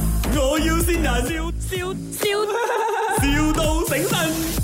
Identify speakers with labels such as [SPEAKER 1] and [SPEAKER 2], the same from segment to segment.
[SPEAKER 1] 要先人，笑笑笑，,笑到醒神。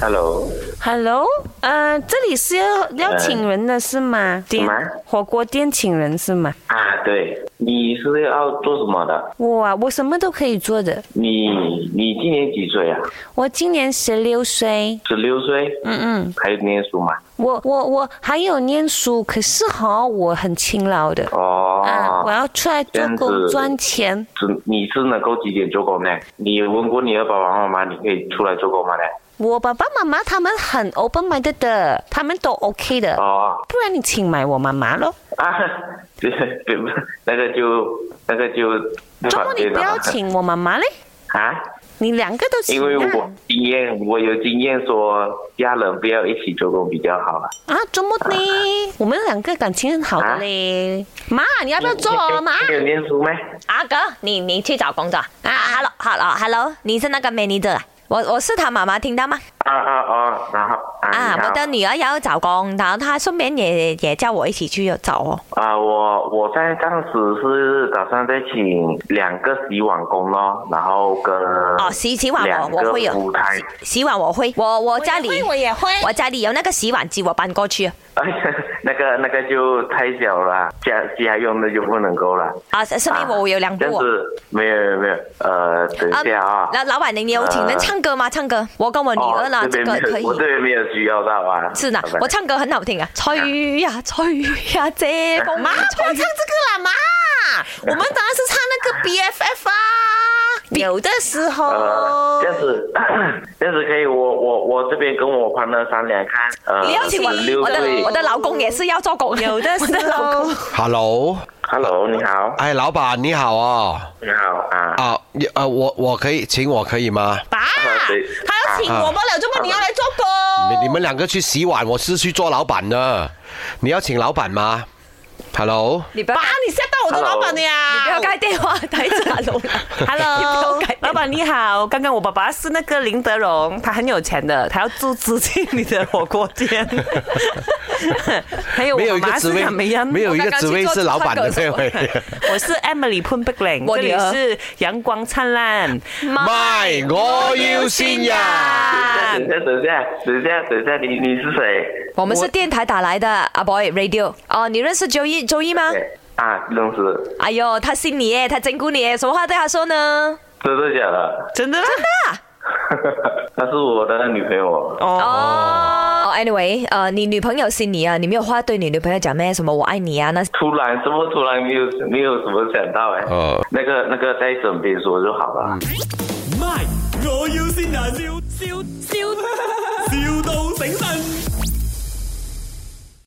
[SPEAKER 2] Hello，
[SPEAKER 3] Hello，呃，这里是要要请人的是吗？
[SPEAKER 2] 呃什么
[SPEAKER 3] 火锅店请人是吗？
[SPEAKER 2] 啊，对，你是要做什么的？
[SPEAKER 3] 我啊，我什么都可以做的。
[SPEAKER 2] 你你今年几岁啊？
[SPEAKER 3] 我今年十六岁，
[SPEAKER 2] 十六岁？嗯嗯。还念书吗？
[SPEAKER 3] 我我我还有念书，可是哈，我很勤劳的。
[SPEAKER 2] 哦。
[SPEAKER 3] 啊，我要出来做
[SPEAKER 2] 这样
[SPEAKER 3] 工
[SPEAKER 2] 子
[SPEAKER 3] 赚钱。
[SPEAKER 2] 只你是能够几点做工呢？你有问过你的爸爸妈妈，你可以出来做工吗呢？
[SPEAKER 3] 我爸爸妈妈他们很 open minded 的，他们都 OK 的。
[SPEAKER 2] 哦
[SPEAKER 3] 不然你请埋我妈妈咯。
[SPEAKER 2] 啊， 这这那个就那个就
[SPEAKER 3] 周末你不要
[SPEAKER 2] 请
[SPEAKER 3] 请我妈妈嘞，
[SPEAKER 2] 啊，
[SPEAKER 3] 你两个都请
[SPEAKER 2] 因为
[SPEAKER 3] 啊
[SPEAKER 2] 我。经验，我有经验说家人不要一起做工比较好啊。
[SPEAKER 3] 啊，周末呢？我们两个感情很好的嘞。妈，你要不要做啊我妈？
[SPEAKER 2] 你有念书吗？
[SPEAKER 4] 阿哥，你你去找工作啊？Hello，好了，Hello，你是那个 manager 啊？我我是他妈妈，听到吗？
[SPEAKER 2] 啊啊啊，然后啊
[SPEAKER 4] 啊，
[SPEAKER 2] 你好
[SPEAKER 4] 我的女儿要找工，然后她顺便也也叫我一起去找哦。
[SPEAKER 2] 啊，我我在当时是打算再请两个洗碗工咯，然后跟
[SPEAKER 4] 哦，洗洗碗
[SPEAKER 2] 两
[SPEAKER 4] 我我
[SPEAKER 2] 个
[SPEAKER 4] 会有
[SPEAKER 2] 服务台，
[SPEAKER 4] 洗洗碗我会，我我家里
[SPEAKER 3] 我也会。
[SPEAKER 4] 我家里有那个洗碗机，我搬过去啊
[SPEAKER 2] 哎呀那个那个就太小了，家家用的就不能够了。
[SPEAKER 4] 啊，是是因为我有两
[SPEAKER 2] 这
[SPEAKER 4] 部
[SPEAKER 2] 样
[SPEAKER 4] 哦。
[SPEAKER 2] 子没有没有没有，呃，等一下啊。
[SPEAKER 4] 老老板娘，你有请人
[SPEAKER 2] 呃
[SPEAKER 4] 唱歌吗？唱歌，我跟我女儿呢
[SPEAKER 2] 哦，
[SPEAKER 4] 这
[SPEAKER 2] 这边
[SPEAKER 4] 个
[SPEAKER 2] 没有
[SPEAKER 4] 可以
[SPEAKER 2] 我。这边没有需要到啊。
[SPEAKER 4] 是呢
[SPEAKER 2] 拜拜，
[SPEAKER 4] 我唱歌很好听啊，吹呀吹呀，这 风
[SPEAKER 3] 妈，不要唱
[SPEAKER 4] 吹
[SPEAKER 3] 这。个啦，妈！我们当然是唱那个 BFF 啊。有的时
[SPEAKER 2] 呃，
[SPEAKER 4] 哦
[SPEAKER 3] 候
[SPEAKER 2] 这，样子，这样子可以，我我我这边跟我 partner 商量看，呃，
[SPEAKER 4] 你要请我
[SPEAKER 2] 六
[SPEAKER 4] 我
[SPEAKER 2] 岁
[SPEAKER 4] 的我的老公也是要做狗，
[SPEAKER 3] 有的时候，
[SPEAKER 5] Hello，
[SPEAKER 2] ，Hello，你好，
[SPEAKER 5] 哎，老板你好啊、
[SPEAKER 2] 你好啊，
[SPEAKER 5] 啊，你呃，我我可以请我可以吗？
[SPEAKER 3] 爸，
[SPEAKER 2] 对
[SPEAKER 3] 他要请我们了，这么你要来做工？
[SPEAKER 5] 啊你你们两个去洗碗，我是去做老板的。你要请老板吗？Hello，
[SPEAKER 4] 你不要
[SPEAKER 3] 爸，你吓到我的老板了呀！
[SPEAKER 4] 不要盖电话，太傻了。
[SPEAKER 3] Hello，
[SPEAKER 4] 你不要改
[SPEAKER 3] 老板你好。刚刚我爸爸是那个林德荣，他很有钱的，他要住资进你的火锅 店。还有我
[SPEAKER 5] 没
[SPEAKER 3] 妈
[SPEAKER 5] 有一个
[SPEAKER 3] 妈
[SPEAKER 5] 职
[SPEAKER 3] 是
[SPEAKER 5] 位，
[SPEAKER 3] 怎么样？
[SPEAKER 5] 没有一个职位是老板的那位。
[SPEAKER 3] 我是 Emily 潘碧玲，
[SPEAKER 4] 我
[SPEAKER 3] 这里
[SPEAKER 4] 女儿
[SPEAKER 3] 是阳光灿烂。
[SPEAKER 5] My，我要先
[SPEAKER 3] 啊
[SPEAKER 5] 人。
[SPEAKER 2] 等一下，等一下，等一下，等一下，你你是谁？
[SPEAKER 4] 我们是电台打来的，阿 boy radio。哦，你认识周一周一吗？
[SPEAKER 2] 对啊，认识，
[SPEAKER 4] 哎呦，他信你耶，他整蛊你耶，什么话对他说呢？
[SPEAKER 2] 真的假的？
[SPEAKER 3] 真的啦，
[SPEAKER 2] 她是我的女朋友。
[SPEAKER 3] 哦，
[SPEAKER 4] 哦，anyway，呃，你女朋友信你啊，你没有话对你女朋友讲咩？什么我爱你啊？那
[SPEAKER 2] 突然，怎么突然没有没有什么想到哎、
[SPEAKER 5] 哦
[SPEAKER 2] 那个那个在枕边说就好了。
[SPEAKER 1] 卖，我要先人，笑笑笑，,笑到